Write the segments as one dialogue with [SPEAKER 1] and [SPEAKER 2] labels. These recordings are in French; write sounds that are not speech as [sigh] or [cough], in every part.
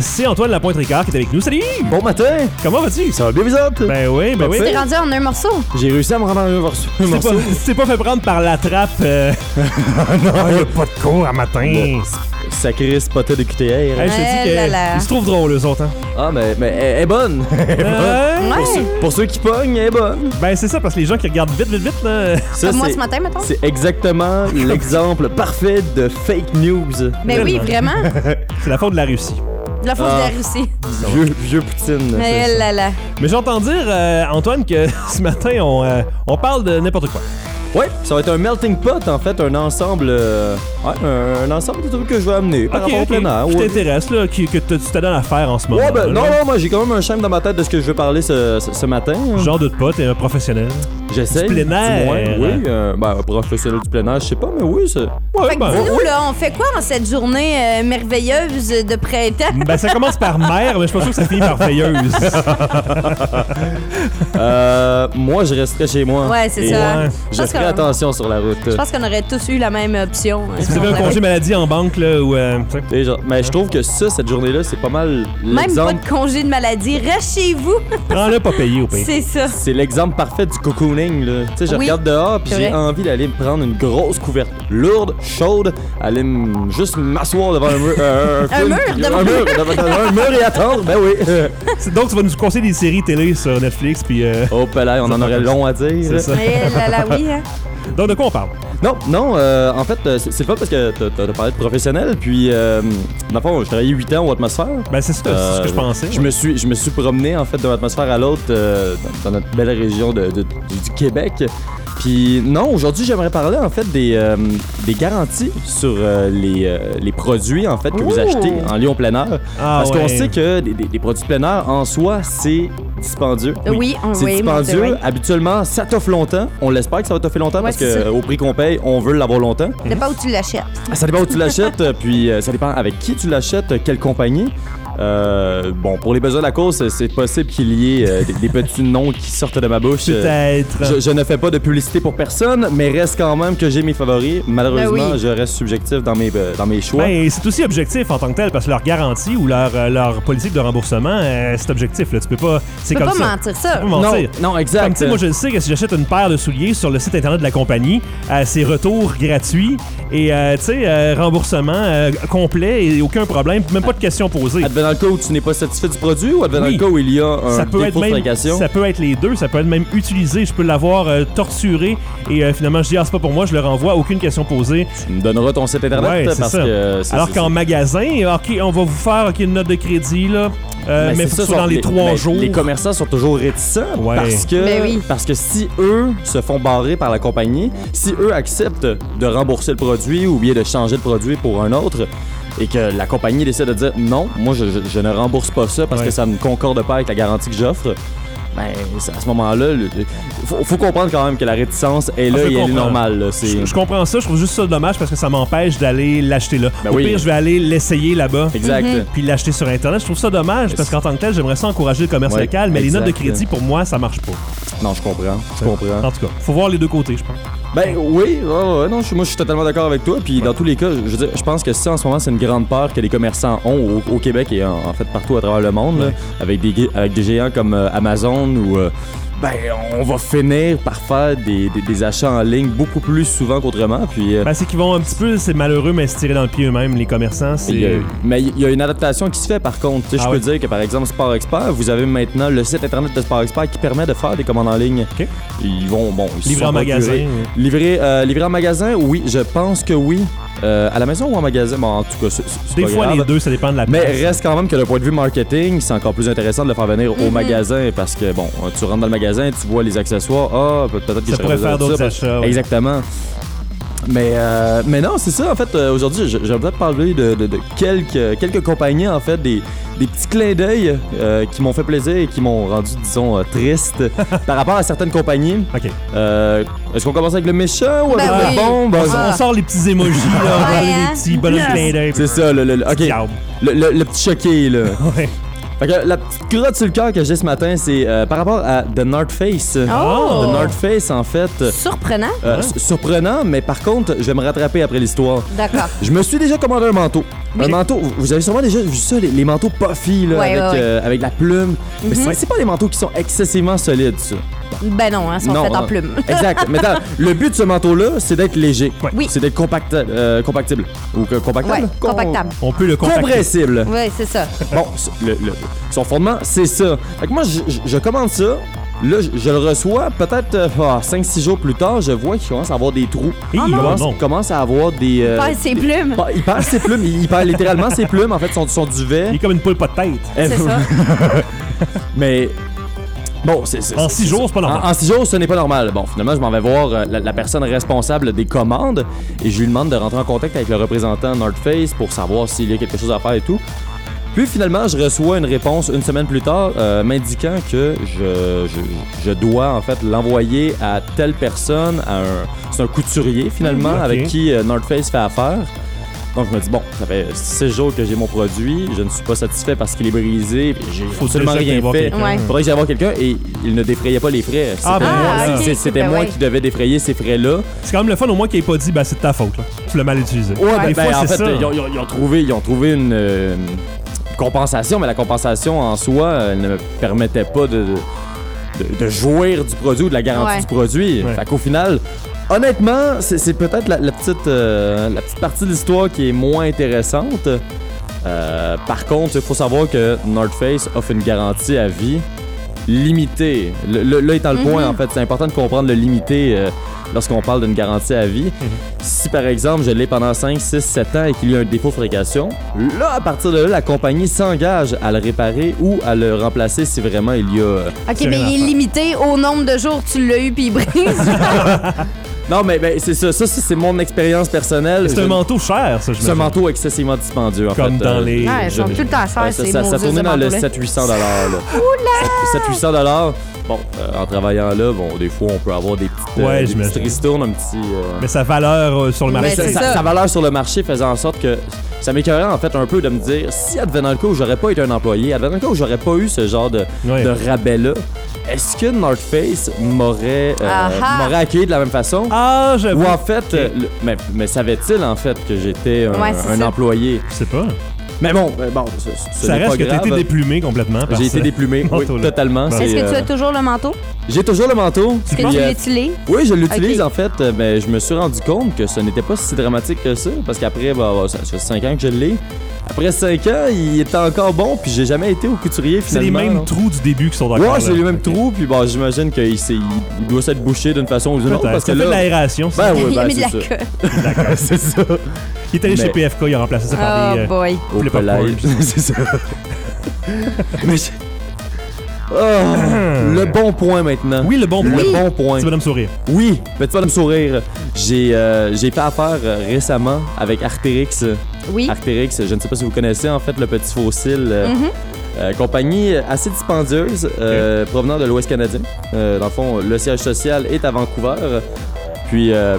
[SPEAKER 1] c'est Antoine Lapointe-Ricard qui est avec nous. Salut!
[SPEAKER 2] Bon matin!
[SPEAKER 1] Comment vas-tu?
[SPEAKER 2] Ça va bien, Bizante?
[SPEAKER 1] Ben oui, ben oui.
[SPEAKER 2] Merci.
[SPEAKER 3] T'es rendu en un morceau.
[SPEAKER 2] J'ai réussi à me rendre un morceau. Un
[SPEAKER 1] C'est pas,
[SPEAKER 2] morceau.
[SPEAKER 1] c'est pas fait prendre par la trappe. euh,
[SPEAKER 2] [laughs]
[SPEAKER 1] Ah,
[SPEAKER 2] non,
[SPEAKER 1] pas de cours à matin.
[SPEAKER 2] sacré spotter de QTR.
[SPEAKER 1] Hey, je te
[SPEAKER 3] Eh
[SPEAKER 1] dis
[SPEAKER 3] là
[SPEAKER 1] que-
[SPEAKER 3] là.
[SPEAKER 1] ils se trouvent drôles, eux autres. hein.
[SPEAKER 2] Ah, mais, mais elle est [laughs] bonne! Elle est bonne.
[SPEAKER 1] Euh,
[SPEAKER 2] Pour,
[SPEAKER 3] Ouais.
[SPEAKER 2] ceux, pour ceux qui pognent, elle est bonne!
[SPEAKER 1] ben, c'est ça, parce que les gens qui regardent vite, vite, vite, là, [laughs]
[SPEAKER 2] Ça,
[SPEAKER 3] Comme moi
[SPEAKER 2] c'est-
[SPEAKER 3] ce matin, mettons.
[SPEAKER 2] C'est exactement l'exemple parfait de fake news.
[SPEAKER 3] Ben oui,
[SPEAKER 1] Vraiment.
[SPEAKER 3] vraiment.
[SPEAKER 1] c'est la faute de la Russie.
[SPEAKER 3] De la force
[SPEAKER 2] Ah.
[SPEAKER 3] de la Russie.
[SPEAKER 2] Vieux, vieux Poutine.
[SPEAKER 3] Mais
[SPEAKER 2] c'est ça.
[SPEAKER 3] là là.
[SPEAKER 1] Mais j'entends dire, euh, Antoine, que [laughs] ce matin, on, euh, on parle de n'importe quoi.
[SPEAKER 2] Ouais, ça va être un melting pot en fait, un ensemble. euh, ouais, un, un ensemble de trucs que je vais amener par
[SPEAKER 1] Ok,
[SPEAKER 2] rapport
[SPEAKER 1] ok.
[SPEAKER 2] au plein air.
[SPEAKER 1] Je
[SPEAKER 2] ouais.
[SPEAKER 1] t'intéresse, là, qui- que t- tu te donnes à faire en ce moment.
[SPEAKER 2] Ouais, ben, non,
[SPEAKER 1] là.
[SPEAKER 2] non, moi j'ai quand même un schéma dans ma tête de ce que je veux parler ce, ce- ce matin. hein.
[SPEAKER 1] J'en doute pas, t'es un professionnel.
[SPEAKER 2] J'essaie.
[SPEAKER 1] du plein air.
[SPEAKER 2] oui, euh, ben, professionnel du plein air, je sais pas, mais oui, c'est.
[SPEAKER 1] Ouais,
[SPEAKER 3] Fait que
[SPEAKER 1] ben,
[SPEAKER 3] dis-nous, là, on fait quoi en cette journée euh, merveilleuse de printemps?
[SPEAKER 1] ben, ça commence par mère, mais je suis pas sûr que ça finit par veilleuse.
[SPEAKER 3] [laughs]
[SPEAKER 2] Euh, moi, je resterai chez moi.
[SPEAKER 3] Ouais, c'est
[SPEAKER 2] Et
[SPEAKER 3] ça.
[SPEAKER 1] ouais,
[SPEAKER 3] Je
[SPEAKER 2] Je
[SPEAKER 3] pense
[SPEAKER 2] ferai
[SPEAKER 3] qu'on-
[SPEAKER 2] attention sur la route.
[SPEAKER 3] je pense qu'on aurait tous eu la même option. euh,
[SPEAKER 1] Si vous avez un
[SPEAKER 3] on
[SPEAKER 1] congé
[SPEAKER 3] avait-
[SPEAKER 1] maladie en banque, là, ou. euh, tu sais.
[SPEAKER 2] Et genre- mais je trouve que ça, cette journée-là, c'est pas mal
[SPEAKER 3] Même pas
[SPEAKER 2] l'exemple.
[SPEAKER 3] de congé de maladie. Reste chez vous.
[SPEAKER 1] prends-le pas payé au pays.
[SPEAKER 3] [laughs] C'est ça.
[SPEAKER 2] C'est l'exemple parfait du cocooning, là. Tu sais, je
[SPEAKER 3] Oui,
[SPEAKER 2] regarde dehors, puis
[SPEAKER 3] c'est
[SPEAKER 2] j'ai
[SPEAKER 3] vrai.
[SPEAKER 2] envie d'aller me prendre une grosse couverte lourde, chaude, aller me- juste m'asseoir devant un mur. euh,
[SPEAKER 3] [laughs] Un
[SPEAKER 2] film,
[SPEAKER 3] mur,
[SPEAKER 2] puis-
[SPEAKER 3] devant-
[SPEAKER 2] un mur, devant- devant un mur et attendre, ben oui.
[SPEAKER 1] Euh, C'est- Donc, tu vas nous conseiller des séries télé sur Netflix, puis. euh,
[SPEAKER 2] [laughs] Oh, là, on en aurait long à dire.
[SPEAKER 1] c'est ça.
[SPEAKER 3] Mais là là, oui. hein.
[SPEAKER 1] Donc, de quoi on parle?
[SPEAKER 2] Non, non, euh, en fait, euh, c'est c'est le fun parce que t'as- t'as t'as parlé de professionnel, puis, euh, dans le fond, je travaillais 8 ans au atmosphère.
[SPEAKER 1] Ben, c'est ça, c'est ce que je
[SPEAKER 2] Euh,
[SPEAKER 1] pensais.
[SPEAKER 2] Je me suis, je me suis promené en fait d'une atmosphère à l'autre euh, dans, dans notre belle région de- de- du, du Québec. Puis non, aujourd'hui j'aimerais parler en fait des, euh, des garanties sur euh, les, euh, les produits en fait que vous
[SPEAKER 3] Ouh.
[SPEAKER 2] achetez en Lyon plein air.
[SPEAKER 1] Ah,
[SPEAKER 2] Parce qu'on
[SPEAKER 1] ouais.
[SPEAKER 2] sait que euh, les, les- les produits plein air en soi c'est dispendieux.
[SPEAKER 3] Oui, on
[SPEAKER 2] C'est
[SPEAKER 3] oui, mon Dieu,
[SPEAKER 2] dispendieux.
[SPEAKER 3] oui.
[SPEAKER 2] Habituellement, ça t'offre longtemps. On l'espère que ça va t'offrir longtemps
[SPEAKER 3] Ouais,
[SPEAKER 2] parce
[SPEAKER 3] c'est ça.
[SPEAKER 2] qu'au prix qu'on paye, on veut l'avoir longtemps.
[SPEAKER 3] De pas où tu l'achètes.
[SPEAKER 2] Ah, Ça dépend où tu l'achètes, euh, puis euh, ça dépend avec qui tu l'achètes, euh, quelle compagnie. Euh, bon, pour les besoins de la cause, euh, c'est possible qu'il y ait euh, des, des petits noms qui sortent de ma bouche. Euh,
[SPEAKER 1] Peut-être.
[SPEAKER 2] je, je ne fais pas de publicité pour personne, mais reste quand même que j'ai mes favoris. Malheureusement,
[SPEAKER 3] Ben oui.
[SPEAKER 2] je reste subjectif dans mes, euh, dans mes choix.
[SPEAKER 1] Ben, c'est aussi objectif en tant que tel, parce que leur garantie ou leur, euh, leur politique de remboursement, euh, c'est objectif. Là. Tu peux pas. C'est
[SPEAKER 3] Tu peux
[SPEAKER 1] comme
[SPEAKER 3] pas
[SPEAKER 1] ça.
[SPEAKER 3] mentir ça.
[SPEAKER 1] Tu peux pas
[SPEAKER 2] non,
[SPEAKER 1] mentir.
[SPEAKER 2] non,
[SPEAKER 1] Comme, tu
[SPEAKER 2] exact.
[SPEAKER 1] sais, moi, je le sais que si j'achète une paire de souliers sur le site internet de la compagnie, euh, c'est retour gratuit et euh, tu sais, euh, remboursement euh, complet et aucun problème, même pas de questions posées.
[SPEAKER 2] Advenant le cas où tu n'es pas satisfait du produit ou advenant
[SPEAKER 1] Oui.
[SPEAKER 2] le cas où il y a un
[SPEAKER 1] Ça peut, être
[SPEAKER 2] défaut de
[SPEAKER 1] même,
[SPEAKER 2] fabrication?
[SPEAKER 1] ça peut être les deux, ça peut être même utilisé. Je peux l'avoir euh, torturé et euh, finalement je dis ah c'est pas pour moi, je le renvoie, aucune question posée.
[SPEAKER 2] Tu me donneras ton site internet
[SPEAKER 1] Ouais, c'est
[SPEAKER 2] parce
[SPEAKER 1] ça.
[SPEAKER 2] que c'est-
[SPEAKER 1] Alors
[SPEAKER 2] c'est-
[SPEAKER 1] qu'en magasin, ok, on va vous faire ok, une note de crédit là, euh,
[SPEAKER 2] Ben,
[SPEAKER 1] mais faut
[SPEAKER 2] c'est
[SPEAKER 1] que
[SPEAKER 2] ça,
[SPEAKER 1] ce soit dans
[SPEAKER 2] sont-
[SPEAKER 1] les trois
[SPEAKER 2] mais
[SPEAKER 1] jours.
[SPEAKER 2] Les commerçants sont toujours réticents
[SPEAKER 1] Ouais.
[SPEAKER 2] parce, que,
[SPEAKER 3] Ben oui.
[SPEAKER 2] parce que si eux se font barrer par la compagnie, si eux acceptent de rembourser le produit ou bien de changer le produit pour un autre, et que la compagnie décide de dire non, moi je, je- je ne rembourse pas ça parce
[SPEAKER 1] Ouais.
[SPEAKER 2] que ça ne concorde pas avec la garantie que j'offre. Ben, c'est- à ce moment-là, le- le- faut, faut comprendre quand même que la réticence est
[SPEAKER 1] Ah, je
[SPEAKER 2] là et elle est
[SPEAKER 1] comprends.
[SPEAKER 2] normale. là. C'est
[SPEAKER 1] je, je comprends ça, je trouve juste ça dommage parce que ça m'empêche d'aller l'acheter là.
[SPEAKER 2] Ben
[SPEAKER 1] Au
[SPEAKER 2] oui.
[SPEAKER 1] pire, je vais aller l'essayer là-bas.
[SPEAKER 2] exact.
[SPEAKER 3] Mhm.
[SPEAKER 1] Puis l'acheter sur Internet. Je trouve ça dommage parce qu'en tant que tel, j'aimerais ça encourager le commerce
[SPEAKER 2] Ouais,
[SPEAKER 1] local, mais les notes de
[SPEAKER 2] exact.
[SPEAKER 1] crédit, pour moi, ça marche pas.
[SPEAKER 2] Non, je comprends. Je comprends.
[SPEAKER 1] En tout cas, faut voir les deux côtés, je pense.
[SPEAKER 2] Ben oui, ouais, ouais, non, je, suis- moi je suis totalement d'accord avec toi. Puis dans tous les cas, je veux dire, je pense que ça en ce moment c'est une grande peur que les commerçants ont au, au Québec et en, en fait partout à travers le monde, là,
[SPEAKER 1] Ouais.
[SPEAKER 2] avec, des, gui- avec des géants comme euh, Amazon ou euh, ben on va finir par faire des, des- des achats en ligne beaucoup plus souvent qu'autrement. Puis euh,
[SPEAKER 1] Ben, c'est qu'ils vont un petit peu, c'est malheureux, mais se tirer dans le pied eux-mêmes, les commerçants.
[SPEAKER 2] il y a-
[SPEAKER 1] C'est.
[SPEAKER 2] mais il y a une adaptation qui se fait par contre. Tu sais,
[SPEAKER 1] Ah
[SPEAKER 2] je
[SPEAKER 1] ouais.
[SPEAKER 2] peux dire que par exemple Sport Expert, vous avez maintenant le site internet de Sport Expert qui permet de faire des commandes en ligne.
[SPEAKER 1] Ok.
[SPEAKER 2] Ils vont bon, ils se
[SPEAKER 1] Livrer
[SPEAKER 2] sont
[SPEAKER 1] en magasin. hein.
[SPEAKER 2] procurés.
[SPEAKER 1] ouais.
[SPEAKER 2] Livré, euh, livré en magasin, oui, je pense que oui. Euh, à la maison ou en magasin, bon, en tout cas, c'est c'est
[SPEAKER 1] Des
[SPEAKER 2] pas
[SPEAKER 1] fois,
[SPEAKER 2] grave.
[SPEAKER 1] les deux, ça dépend de la
[SPEAKER 2] Mais
[SPEAKER 1] place.
[SPEAKER 2] reste quand même que d'un point de vue marketing, c'est encore plus intéressant de le faire venir au
[SPEAKER 3] Mhm.
[SPEAKER 2] magasin parce que, bon, tu rentres dans le magasin, tu vois les accessoires, ah, peut- peut-être que
[SPEAKER 1] Ça
[SPEAKER 2] je
[SPEAKER 1] pourrait
[SPEAKER 2] besoin
[SPEAKER 1] faire
[SPEAKER 2] de
[SPEAKER 1] d'autres
[SPEAKER 2] ça.
[SPEAKER 1] achats. ouais.
[SPEAKER 2] Exactement. Mais, euh, mais non, c'est ça, en fait, euh, aujourd'hui, je- j'aimerais te parler de, de- de quelques, quelques compagnies, en fait, des, des petits clins d'œil euh, qui m'ont fait plaisir et qui m'ont rendu, disons, euh, triste
[SPEAKER 1] [laughs]
[SPEAKER 2] par rapport à certaines compagnies.
[SPEAKER 1] Ok.
[SPEAKER 2] Euh, Est-ce qu'on commence avec le méchant ou
[SPEAKER 3] Ben
[SPEAKER 2] avec
[SPEAKER 3] oui.
[SPEAKER 2] le bon? Ben,
[SPEAKER 1] On,
[SPEAKER 3] Ah.
[SPEAKER 1] on sort les petits émojis, là. On
[SPEAKER 3] Ouais,
[SPEAKER 1] va aller
[SPEAKER 3] hein.
[SPEAKER 1] les petits bonhommes
[SPEAKER 3] Yes.
[SPEAKER 1] clin d'œil.
[SPEAKER 2] C'est ça, le, le, le- ok,
[SPEAKER 1] Diable.
[SPEAKER 2] le, le- le petit choqué, là.
[SPEAKER 1] Ouais.
[SPEAKER 2] Fait que la petite crotte sur le cœur que j'ai ce matin, c'est euh, par rapport à The North Face.
[SPEAKER 3] Oh!
[SPEAKER 2] The North Face, en fait, euh,
[SPEAKER 3] Surprenant.
[SPEAKER 2] euh, s- surprenant, mais par contre, je vais me rattraper après l'histoire.
[SPEAKER 3] D'accord.
[SPEAKER 2] Je me suis déjà commandé un manteau. Un manteau, vous- vous avez sûrement déjà vu ça, les, les manteaux puffy, là,
[SPEAKER 3] Ouais,
[SPEAKER 2] avec,
[SPEAKER 3] ouais, Mhm. ouais.
[SPEAKER 2] euh, avec la plume. Mais c'est- c'est pas des manteaux qui sont excessivement solides, ça.
[SPEAKER 3] Ben non, hein, ils sont
[SPEAKER 2] Non,
[SPEAKER 3] faits en
[SPEAKER 2] non.
[SPEAKER 3] plume.
[SPEAKER 2] Exact. Maintenant, le but de ce manteau-là, c'est d'être léger.
[SPEAKER 1] Ouais.
[SPEAKER 3] Oui.
[SPEAKER 2] C'est d'être compact, euh, compactible. Ou que- compactable?
[SPEAKER 3] Ouais,
[SPEAKER 2] Com-
[SPEAKER 3] compactable.
[SPEAKER 1] On peut le contacter.
[SPEAKER 2] Compressible.
[SPEAKER 3] Oui, c'est ça.
[SPEAKER 2] Bon, c- le- le- son fondement, c'est ça. Fait que moi, je, je- je commande ça. Là, je, je le reçois. Peut-être euh, 5-6 jours plus tard, je vois qu'il commence à avoir des trous.
[SPEAKER 1] Hi,
[SPEAKER 2] il,
[SPEAKER 1] oh
[SPEAKER 2] commence,
[SPEAKER 1] non.
[SPEAKER 2] il commence à avoir des. euh,
[SPEAKER 3] Pas ses plumes.
[SPEAKER 2] pa- il perd ses plumes. Il, il perd littéralement ses plumes. En fait, son, son duvet.
[SPEAKER 1] Il est comme une poule pas de tête.
[SPEAKER 3] C'est
[SPEAKER 2] Euh, [laughs]
[SPEAKER 3] ça.
[SPEAKER 2] Mais. Bon, c'est c'est-
[SPEAKER 1] En six jours, c'est pas normal.
[SPEAKER 2] En, en six jours, ce n'est pas normal. Bon, finalement, je m'en vais voir euh, la, la personne responsable des commandes et je lui demande de rentrer en contact avec le représentant North Face pour savoir s'il y a quelque chose à faire et tout. Puis finalement, je reçois une réponse une semaine plus tard euh, m'indiquant que je, je- je dois en fait l'envoyer à telle personne, à un, c'est un couturier finalement
[SPEAKER 1] Mhm, ok.
[SPEAKER 2] avec qui euh, North Face fait affaire. Donc je me dis bon, ça fait six jours que j'ai mon produit, je ne suis pas satisfait parce qu'il est brisé, puis j'ai
[SPEAKER 1] Faut
[SPEAKER 2] absolument
[SPEAKER 1] déjà
[SPEAKER 2] rien
[SPEAKER 1] qu'il y ait
[SPEAKER 2] fait.
[SPEAKER 1] quelqu'un.
[SPEAKER 3] Ouais.
[SPEAKER 2] Il faudrait que j'aille voir quelqu'un et il ne défrayait pas les frais. C'était
[SPEAKER 1] Ah, ben
[SPEAKER 2] moi,
[SPEAKER 1] voilà.
[SPEAKER 2] c'est- c'était
[SPEAKER 3] Ben
[SPEAKER 2] moi
[SPEAKER 3] ouais.
[SPEAKER 2] qui devais défrayer ces frais-là.
[SPEAKER 1] C'est quand même le fun au moins qu'il ait pas dit bah c'est de ta faute là. Tu l'as mal utilisé.
[SPEAKER 2] ben,
[SPEAKER 1] Des
[SPEAKER 2] ben,
[SPEAKER 1] fois
[SPEAKER 2] en
[SPEAKER 1] c'est
[SPEAKER 2] fait,
[SPEAKER 1] ça.
[SPEAKER 2] Ils, ont, ils ont- ils ont trouvé, ils ont trouvé une, euh, une compensation, mais la compensation en soi, euh, elle ne me permettait pas de, de- de- de jouir du produit ou de la garantie
[SPEAKER 3] Ouais.
[SPEAKER 2] du produit.
[SPEAKER 1] Ouais.
[SPEAKER 2] Fait qu'au final, honnêtement, c'est c'est peut-être la, la petite, euh, la petite partie de l'histoire qui est moins intéressante. Euh, par contre, il faut savoir que North Face offre une garantie à vie limitée. Le, le- là étant le
[SPEAKER 1] Mhm.
[SPEAKER 2] point, en fait, c'est important de comprendre le limité euh, lorsqu'on parle d'une garantie à vie.
[SPEAKER 1] Mhm.
[SPEAKER 2] Si par exemple, je l'ai pendant 5, 6, 7 ans et qu'il y a un défaut de fabrication, là, à partir de là, la compagnie s'engage à le réparer ou à le remplacer si vraiment il y a. euh,
[SPEAKER 3] OK,
[SPEAKER 1] C'est
[SPEAKER 3] mais
[SPEAKER 1] rien à
[SPEAKER 3] il est
[SPEAKER 1] faire.
[SPEAKER 3] limité au nombre de jours que tu l'as eu puis
[SPEAKER 2] [laughs]
[SPEAKER 3] il brise.
[SPEAKER 2] Non, mais ben, c'est ça. Ça, c'est c'est mon expérience personnelle.
[SPEAKER 1] C'est un
[SPEAKER 2] Je-
[SPEAKER 1] manteau cher ça je
[SPEAKER 2] C'est un manteau excessivement dispendieux, en
[SPEAKER 1] Comme
[SPEAKER 2] fait.
[SPEAKER 1] dans
[SPEAKER 2] Euh,
[SPEAKER 1] les.
[SPEAKER 3] Ouais, ils sont tout le temps
[SPEAKER 2] Ouais,
[SPEAKER 3] chers,
[SPEAKER 2] ça,
[SPEAKER 3] ces
[SPEAKER 2] ça, ça
[SPEAKER 3] Moses
[SPEAKER 2] tournait
[SPEAKER 3] de
[SPEAKER 2] dans le
[SPEAKER 3] Mantoulin.
[SPEAKER 2] 700-800 dollars. 700-800 dollars. Bon, euh, en travaillant là, bon, des fois, on peut avoir des petites, euh,
[SPEAKER 1] Ouais,
[SPEAKER 2] des petites
[SPEAKER 1] j'imagine.
[SPEAKER 2] ristournes, un petit... euh,
[SPEAKER 1] Mais sa valeur euh, sur le marché.
[SPEAKER 3] Mais
[SPEAKER 2] sa,
[SPEAKER 3] c'est ça.
[SPEAKER 2] sa valeur sur le marché faisait en sorte que ça m'écœurait en fait un peu de me dire si advenant le cas où j'aurais pas été un employé, advenant le cas où j'aurais pas eu ce genre de,
[SPEAKER 1] Ouais.
[SPEAKER 2] de rabais-là, est-ce que North Face m'aurait euh,
[SPEAKER 3] Aha.
[SPEAKER 2] m'aurait accueilli de la même façon?
[SPEAKER 1] Ah, j'avoue.
[SPEAKER 2] Ou en fait, euh, le- mais, mais savait-il en fait que j'étais un,
[SPEAKER 3] Ouais, c'est
[SPEAKER 2] un
[SPEAKER 3] ça.
[SPEAKER 2] employé?
[SPEAKER 1] Je sais pas.
[SPEAKER 2] Mais bon, euh, bon, ce, ce
[SPEAKER 1] ça
[SPEAKER 2] n'est
[SPEAKER 1] reste
[SPEAKER 2] pas
[SPEAKER 1] que t'as été
[SPEAKER 2] grave.
[SPEAKER 1] déplumé complètement. par
[SPEAKER 2] J'ai
[SPEAKER 1] ça.
[SPEAKER 2] été déplumé, oui,
[SPEAKER 1] Manteau, là.
[SPEAKER 2] totalement.
[SPEAKER 1] Bon.
[SPEAKER 2] c'est,
[SPEAKER 3] Est-ce que tu
[SPEAKER 2] euh,
[SPEAKER 3] as toujours le manteau?
[SPEAKER 2] J'ai toujours le manteau.
[SPEAKER 3] Est-ce que
[SPEAKER 2] puis,
[SPEAKER 3] tu
[SPEAKER 2] euh,
[SPEAKER 3] l'utilises?
[SPEAKER 2] oui, je l'utilise
[SPEAKER 3] Ok.
[SPEAKER 2] en fait, euh, mais je me suis rendu compte que ce n'était pas si dramatique que ça, parce qu'après, bah, bah, ça ça fait 5 ans que je l'ai. Après 5 ans, il était encore bon, puis j'ai jamais été au couturier
[SPEAKER 1] C'est les
[SPEAKER 2] finalement.
[SPEAKER 1] mêmes
[SPEAKER 2] non.
[SPEAKER 1] trous du début qui sont dans
[SPEAKER 2] Ouais, c'est les mêmes trous, puis bah, j'imagine qu'il s'est- il doit s'être bouché d'une façon ou d'une autre,
[SPEAKER 1] Peut-être.
[SPEAKER 2] parce que
[SPEAKER 1] Ça fait de
[SPEAKER 2] là...
[SPEAKER 1] l'aération. ça.
[SPEAKER 2] Ben oui,
[SPEAKER 3] [laughs] il a
[SPEAKER 2] ben,
[SPEAKER 3] mis de la
[SPEAKER 2] c'est ça.
[SPEAKER 3] queue.
[SPEAKER 2] [laughs] c'est ça.
[SPEAKER 1] Il est allé
[SPEAKER 2] mais-
[SPEAKER 1] chez PFK, il a remplacé ça par des.
[SPEAKER 3] Oh
[SPEAKER 1] euh,
[SPEAKER 3] boy.
[SPEAKER 2] Au
[SPEAKER 1] Flip-flop
[SPEAKER 2] collège.
[SPEAKER 1] porn.
[SPEAKER 2] [laughs]
[SPEAKER 1] [laughs]
[SPEAKER 2] c'est ça. Mais je- Ah, le bon point maintenant.
[SPEAKER 1] Oui, le bon
[SPEAKER 2] Le
[SPEAKER 1] point.
[SPEAKER 2] bon point.
[SPEAKER 1] Petit bonhomme sourire.
[SPEAKER 2] Oui, petit bonhomme sourire. J'ai euh, j'ai fait affaire euh, récemment avec euh, Artérix.
[SPEAKER 3] Oui.
[SPEAKER 2] Artérix, je ne sais pas si vous connaissez en fait le petit fossile. euh,
[SPEAKER 3] Mhm.
[SPEAKER 2] euh, compagnie assez dispendieuse euh, provenant de l'Ouest canadien. Euh, dans le fond, le siège social est à Vancouver. Puis, euh,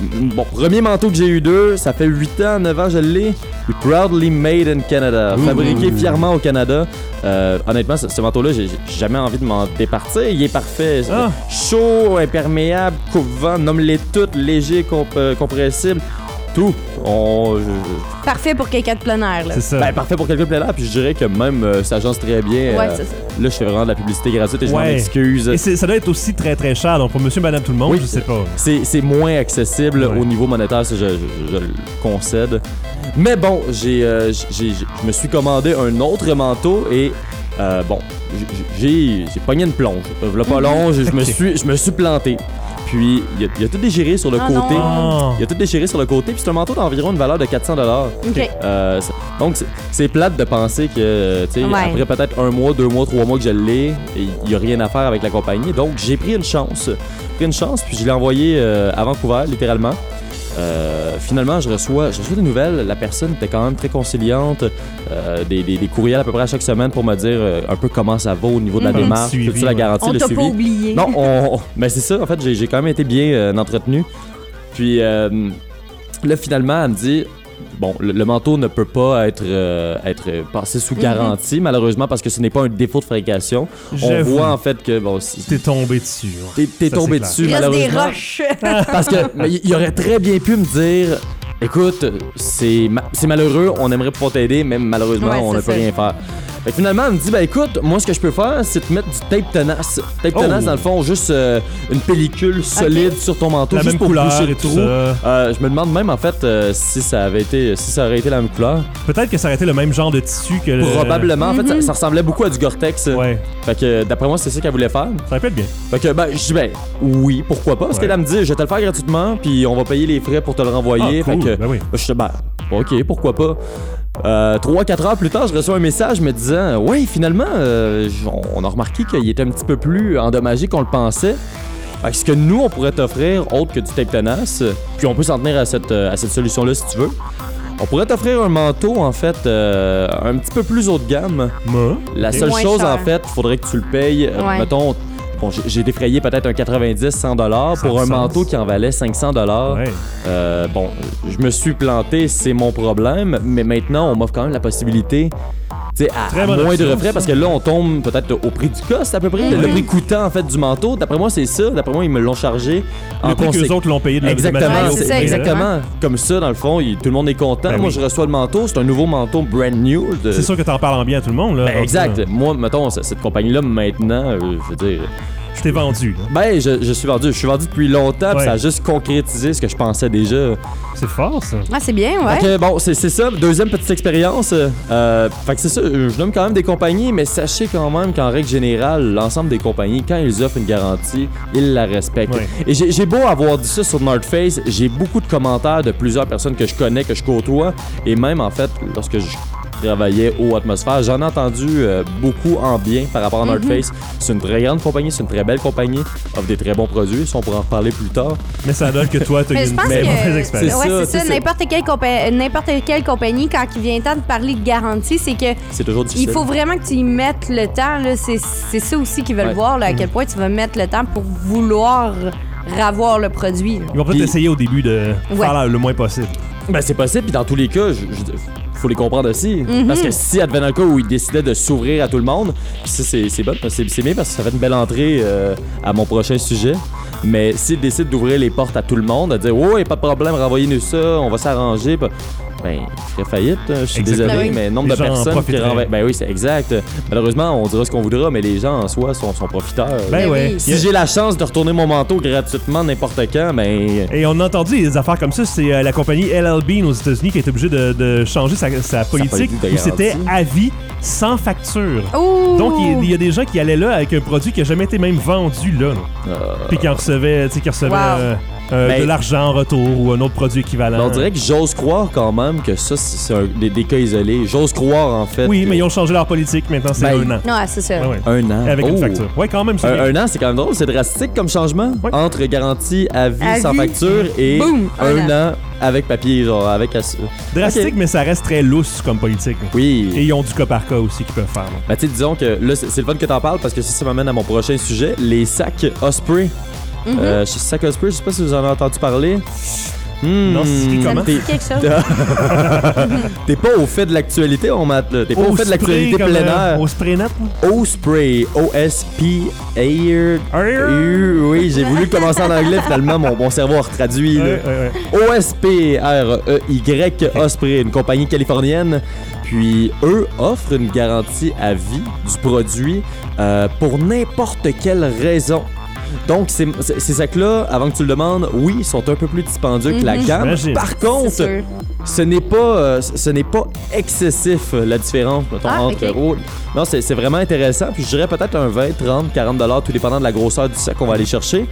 [SPEAKER 2] m- bon, premier manteau que j'ai eu d'eux, ça fait 8 ans, 9 ans, je l'ai. Puis Proudly Made in Canada, fabriqué fièrement au Canada. Euh, honnêtement, ce, ce manteau-là, j'ai j'ai jamais envie de m'en départir. Il est parfait.
[SPEAKER 1] Ah.
[SPEAKER 2] Chaud, imperméable, coupe-vent, nomme-les toutes, léger, comp- euh, compressible. Tout. On, je- je-
[SPEAKER 3] Parfait pour quelqu'un de plein air. Là.
[SPEAKER 1] C'est ça.
[SPEAKER 2] ben, parfait pour quelqu'un de plein air, puis je dirais que même euh, ça agence très bien.
[SPEAKER 3] Ouais,
[SPEAKER 2] euh,
[SPEAKER 3] c'est ça.
[SPEAKER 2] là, je fais vraiment de la publicité gratuite et je
[SPEAKER 1] Ouais.
[SPEAKER 2] m'en excuse.
[SPEAKER 1] Et c'est- ça doit être aussi très très cher. Donc pour monsieur, madame, tout le monde,
[SPEAKER 2] Oui.
[SPEAKER 1] je sais pas.
[SPEAKER 2] C'est c'est moins accessible
[SPEAKER 1] Ouais.
[SPEAKER 2] au niveau monétaire, ça, je, je- je le concède. Mais bon, j'ai, euh, j'ai- j'ai- je me suis commandé un autre manteau et euh, bon, j'ai, j'ai- j'ai pogné une plonge. Euh, Voilà
[SPEAKER 3] Mhm.
[SPEAKER 2] pas long, je, je me
[SPEAKER 1] Ok.
[SPEAKER 2] suis, je me suis planté. Puis, il y a- il y, a tout déchiré sur le
[SPEAKER 3] Ah
[SPEAKER 2] côté.
[SPEAKER 1] non.
[SPEAKER 2] Il y a tout déchiré sur le côté, puis c'est un manteau d'environ une valeur de 400
[SPEAKER 3] OK.
[SPEAKER 2] Euh, c'est- donc, c'est- c'est plate de penser que, euh, tu sais,
[SPEAKER 3] Ouais.
[SPEAKER 2] après peut-être un mois, deux mois, trois mois que je l'ai, il n'y a rien à faire avec la compagnie. Donc, j'ai pris une chance. pris une chance, puis je l'ai envoyé euh, à Vancouver, littéralement. Euh, finalement, je reçois, je reçois des nouvelles. La personne était quand même très conciliante. Euh, des, des- des courriels à peu près à chaque semaine pour me dire euh, un peu comment ça va au niveau de la
[SPEAKER 3] Mhm.
[SPEAKER 2] démarche,
[SPEAKER 1] Le suivi,
[SPEAKER 2] toute la
[SPEAKER 1] ouais.
[SPEAKER 2] garantie,
[SPEAKER 3] On
[SPEAKER 2] le
[SPEAKER 3] t'a
[SPEAKER 2] suivi.
[SPEAKER 3] pas
[SPEAKER 2] [laughs]
[SPEAKER 3] oublié.
[SPEAKER 2] Non, on... on- mais c'est ça, en fait, j'ai j'ai quand même été bien euh, entretenu. Puis euh, là, finalement, elle me dit bon, le, le manteau ne peut pas être, euh, être passé
[SPEAKER 1] Mhm.
[SPEAKER 2] sous garantie, malheureusement, parce que ce n'est pas un défaut de fabrication. On
[SPEAKER 1] J'avoue.
[SPEAKER 2] voit en fait que, bon, si-
[SPEAKER 1] T'es tombé dessus. ouais.
[SPEAKER 2] t'es t'es
[SPEAKER 1] Ça, c'est
[SPEAKER 2] tombé
[SPEAKER 1] clair.
[SPEAKER 2] dessus,
[SPEAKER 3] Il reste des
[SPEAKER 2] malheureusement.
[SPEAKER 3] roches.
[SPEAKER 2] Parce que mais il il aurait très bien pu me dire écoute, c'est ma- c'est malheureux, on aimerait pouvoir t'aider, mais malheureusement,
[SPEAKER 3] Ouais,
[SPEAKER 2] on ne
[SPEAKER 3] c'est
[SPEAKER 2] peut
[SPEAKER 3] ça.
[SPEAKER 2] rien faire. Fait que finalement, elle me dit ben écoute, moi, ce que je peux faire, c'est te mettre du tape tenace. Tape
[SPEAKER 1] Oh.
[SPEAKER 2] tenace, dans le fond, juste euh, une pellicule solide sur ton manteau,
[SPEAKER 1] La
[SPEAKER 2] juste
[SPEAKER 1] même
[SPEAKER 2] pour
[SPEAKER 1] couleur
[SPEAKER 2] boucher
[SPEAKER 1] et
[SPEAKER 2] le
[SPEAKER 1] tout
[SPEAKER 2] trou.
[SPEAKER 1] ça.
[SPEAKER 2] Euh, je me demande même en fait euh, si ça avait été si ça aurait été la même couleur.
[SPEAKER 1] Peut-être que ça aurait été le même genre de tissu que le...
[SPEAKER 2] Probablement en fait ça, ça ressemblait beaucoup à du Gore-Tex.
[SPEAKER 1] Euh. Ouais,
[SPEAKER 2] Fait que euh, d'après moi c'est ça qu'elle voulait faire.
[SPEAKER 1] ça aurait pu être bien.
[SPEAKER 2] Fait que ben je dis ben oui, pourquoi pas Parce
[SPEAKER 1] Ouais.
[SPEAKER 2] qu'elle elle me dit je vais te le faire gratuitement puis on va payer les frais pour te le renvoyer.
[SPEAKER 1] Ah, cool.
[SPEAKER 2] Fait que
[SPEAKER 1] Ben oui.
[SPEAKER 2] je dis ben OK, pourquoi pas euh, 3-4 heures plus tard, je reçois un message me disant Ouais, finalement, euh, j- on a remarqué qu'il était un petit peu plus endommagé qu'on le pensait. Fait que ce que nous, on pourrait t'offrir, autre que du tape tenace, euh, puis on peut s'en tenir à cette, euh, à cette solution-là si tu veux. On pourrait t'offrir un manteau, en fait, euh, un petit peu plus haut de gamme.
[SPEAKER 1] Moi,
[SPEAKER 2] La
[SPEAKER 1] Ok.
[SPEAKER 2] seule
[SPEAKER 3] Moins
[SPEAKER 2] chose,
[SPEAKER 3] cher.
[SPEAKER 2] en fait, faudrait que tu le payes, euh,
[SPEAKER 3] Ouais.
[SPEAKER 2] mettons, bon, j'ai- j'ai défrayé peut-être un 90-100 dollars
[SPEAKER 1] Ça
[SPEAKER 2] pour
[SPEAKER 1] a
[SPEAKER 2] un
[SPEAKER 1] du
[SPEAKER 2] manteau
[SPEAKER 1] sens.
[SPEAKER 2] qui en valait 500 dollars.
[SPEAKER 1] ouais.
[SPEAKER 2] Euh, bon, je me suis planté, c'est mon problème, mais maintenant, on m'offre quand même la possibilité tu sais, à,
[SPEAKER 1] Très
[SPEAKER 2] à
[SPEAKER 1] bonne
[SPEAKER 2] moins de
[SPEAKER 1] option,
[SPEAKER 2] refrais,
[SPEAKER 1] ça.
[SPEAKER 2] parce que là, on tombe peut-être au prix du cost, à peu près,
[SPEAKER 3] Mhm.
[SPEAKER 2] le prix coûtant, en fait, du manteau. D'après moi, c'est ça. D'après moi, ils me l'ont chargé en
[SPEAKER 1] Le prix qu'eux
[SPEAKER 2] conséquence.
[SPEAKER 1] autres l'ont payé de la de
[SPEAKER 2] Exactement,
[SPEAKER 1] matériaux
[SPEAKER 3] Ouais,
[SPEAKER 2] c'est
[SPEAKER 1] pour
[SPEAKER 3] ça,
[SPEAKER 1] payer, là.
[SPEAKER 3] exactement.
[SPEAKER 2] Comme ça, dans le fond, il- tout le monde est content.
[SPEAKER 1] Ben
[SPEAKER 2] Moi,
[SPEAKER 1] oui.
[SPEAKER 2] je reçois le manteau, c'est un nouveau manteau brand new. de-
[SPEAKER 1] C'est sûr que t'en parles en bien à tout le monde. Là,
[SPEAKER 2] Ben,
[SPEAKER 1] Donc,
[SPEAKER 2] exact.
[SPEAKER 1] euh,
[SPEAKER 2] Moi, mettons, c- cette compagnie-là, maintenant, euh, je veux dire.
[SPEAKER 1] Je t'ai vendu. là.
[SPEAKER 2] Ben, je, je suis vendu. Je suis vendu depuis longtemps, puis
[SPEAKER 1] Ouais.
[SPEAKER 2] ça a juste concrétisé ce que je pensais déjà.
[SPEAKER 1] C'est fort, ça.
[SPEAKER 3] Ah, c'est bien, ouais.
[SPEAKER 2] Fait que, bon, c'est c'est ça, deuxième petite expérience. Euh, fait que c'est ça, euh, je nomme quand même des compagnies, mais sachez quand même qu'en règle générale, l'ensemble des compagnies, quand ils offrent une garantie, ils la respectent.
[SPEAKER 1] Ouais.
[SPEAKER 2] Et j'ai j'ai beau avoir dit ça sur North Face, j'ai beaucoup de commentaires de plusieurs personnes que je connais, que je côtoie, et même en fait, lorsque je travaillais au Atmosphère, j'en ai entendu euh, beaucoup en bien par rapport à North
[SPEAKER 3] Mm-hmm.
[SPEAKER 2] Face. C'est une très grande compagnie, c'est une très belle compagnie, offre des très bons produits, ça on pourra en reparler plus tard.
[SPEAKER 1] Mais ça donne que toi, t'as
[SPEAKER 3] Mais
[SPEAKER 1] eu
[SPEAKER 3] je
[SPEAKER 1] une
[SPEAKER 3] pense
[SPEAKER 1] très
[SPEAKER 3] que
[SPEAKER 1] mauvaise
[SPEAKER 3] ouais,
[SPEAKER 1] expérience.
[SPEAKER 2] C'est ça,
[SPEAKER 3] c'est
[SPEAKER 2] c'est
[SPEAKER 3] ça.
[SPEAKER 2] ça.
[SPEAKER 3] N'importe quelle, compa- n'importe quelle compagnie, quand il vient le temps de parler de garantie, c'est que
[SPEAKER 2] C'est toujours difficile.
[SPEAKER 3] il faut vraiment que tu y mettes le temps. là. C'est c'est ça aussi qu'ils veulent
[SPEAKER 2] Ouais. Mm.
[SPEAKER 3] voir, là, à quel point tu vas mettre le temps pour vouloir ravoir le produit. là.
[SPEAKER 1] Ils vont peut-être
[SPEAKER 2] Puis-
[SPEAKER 1] essayer au début de
[SPEAKER 3] Ouais.
[SPEAKER 1] faire le moins possible.
[SPEAKER 2] Ben, c'est possible, puis dans tous les cas, je, je- faut les comprendre aussi.
[SPEAKER 3] Mhm.
[SPEAKER 2] Parce que si advenait un cas où ils décidaient de s'ouvrir à tout le monde, puis ça, c'est, c'est bon, c'est, c'est bien parce que ça fait une belle entrée euh, à mon prochain sujet. Mais s'ils décident d'ouvrir les portes à tout le monde, à dire Ouais, pas de problème, renvoyez-nous ça, on va s'arranger, ben, ben, je ferais faillite, hein, je suis
[SPEAKER 1] Exactement.
[SPEAKER 2] désolé,
[SPEAKER 3] Ben oui.
[SPEAKER 2] mais nombre
[SPEAKER 1] Les
[SPEAKER 2] de
[SPEAKER 1] gens en
[SPEAKER 2] personnes qui
[SPEAKER 1] profiteraient.
[SPEAKER 2] renvoient. Ben oui, c'est exact. Malheureusement, on dira ce qu'on voudra, mais les gens en soi sont, sont profiteurs.
[SPEAKER 1] Ben
[SPEAKER 3] Ben
[SPEAKER 1] ouais.
[SPEAKER 3] oui.
[SPEAKER 2] si j'ai la chance de retourner mon manteau gratuitement n'importe quand, ben.
[SPEAKER 1] Et on a entendu des affaires comme ça. C'est euh, la compagnie LL Bean aux États-Unis qui est obligée de, de changer sa, sa politique
[SPEAKER 2] politique de
[SPEAKER 1] où c'était
[SPEAKER 2] garantie.
[SPEAKER 1] à vie sans facture.
[SPEAKER 3] Ouh!
[SPEAKER 1] Donc, il il y a des gens qui allaient là avec un produit qui n'a jamais été même vendu là.
[SPEAKER 2] euh,
[SPEAKER 1] Puis qui en recevaient, tu sais, qui recevaient
[SPEAKER 3] Wow.
[SPEAKER 1] euh, euh,
[SPEAKER 2] Ben-
[SPEAKER 1] de l'argent en retour ou un autre produit équivalent.
[SPEAKER 2] Mais Ben, on dirait que j'ose croire quand même que ça, c'est c'est un- des, des cas isolés. J'ose croire en fait.
[SPEAKER 1] Oui,
[SPEAKER 2] que-
[SPEAKER 1] mais ils ont changé leur politique. Maintenant, c'est
[SPEAKER 2] Ben,
[SPEAKER 1] un an.
[SPEAKER 3] Ouais, c'est ça.
[SPEAKER 1] Ouais, ouais.
[SPEAKER 2] Un an.
[SPEAKER 1] Avec une
[SPEAKER 2] Oh.
[SPEAKER 1] facture. Ouais, quand même. c'est bien.
[SPEAKER 2] Un, un an, c'est quand même drôle, c'est drastique comme changement.
[SPEAKER 1] Ouais.
[SPEAKER 2] Entre garantie à vie
[SPEAKER 3] À
[SPEAKER 2] sans
[SPEAKER 3] vie.
[SPEAKER 2] facture et
[SPEAKER 3] Boum,
[SPEAKER 2] un,
[SPEAKER 3] un
[SPEAKER 2] an. avec papier, genre avec ass-
[SPEAKER 1] Drastique,
[SPEAKER 2] Ok.
[SPEAKER 1] mais ça reste très lousse comme politique. là.
[SPEAKER 2] Oui.
[SPEAKER 1] Et ils ont du cas par cas aussi qu'ils peuvent faire. là.
[SPEAKER 2] Bah, tu sais, disons que là, c'est c'est le fun que t'en parles parce que ça, ça m'amène à mon prochain sujet, les sacs Osprey. Euh, sacs Osprey, je sais pas si vous en avez entendu parler. Hmm,
[SPEAKER 1] Non, c'est écrit
[SPEAKER 3] Ça me
[SPEAKER 1] comment?
[SPEAKER 3] dit quelque chose.
[SPEAKER 2] T'es pas au fait de l'actualité, on m'a. T'es pas au fait de l'actualité
[SPEAKER 1] comme,
[SPEAKER 2] plein
[SPEAKER 1] euh,
[SPEAKER 2] air.
[SPEAKER 1] Au spray net, là.
[SPEAKER 2] Osprey, O-S-P, Air.
[SPEAKER 1] Air.
[SPEAKER 2] E U, Oui, j'ai voulu commencer en anglais, finalement, mon, mon cerveau a retraduit.
[SPEAKER 1] Ouais, ouais, ouais.
[SPEAKER 2] O-S-P-R-E-Y, E Osprey, une compagnie californienne. Puis, eux offrent une garantie à vie du produit euh, pour n'importe quelle raison. Donc, ces, ces- ces sacs-là, avant que tu le demandes, oui, sont un peu plus dispendieux que la
[SPEAKER 3] Mhm.
[SPEAKER 2] gamme.
[SPEAKER 1] J'imagine.
[SPEAKER 2] Par
[SPEAKER 3] C'est
[SPEAKER 2] contre,
[SPEAKER 3] sûr.
[SPEAKER 2] ce n'est pas, euh, ce n'est pas excessif euh, la différence mettons,
[SPEAKER 3] Ah,
[SPEAKER 2] entre
[SPEAKER 3] ok.
[SPEAKER 2] oh, non c'est c'est vraiment intéressant puis je dirais peut-être un 20 30 40 dollars tout dépendant de la grosseur du sac qu'on va aller chercher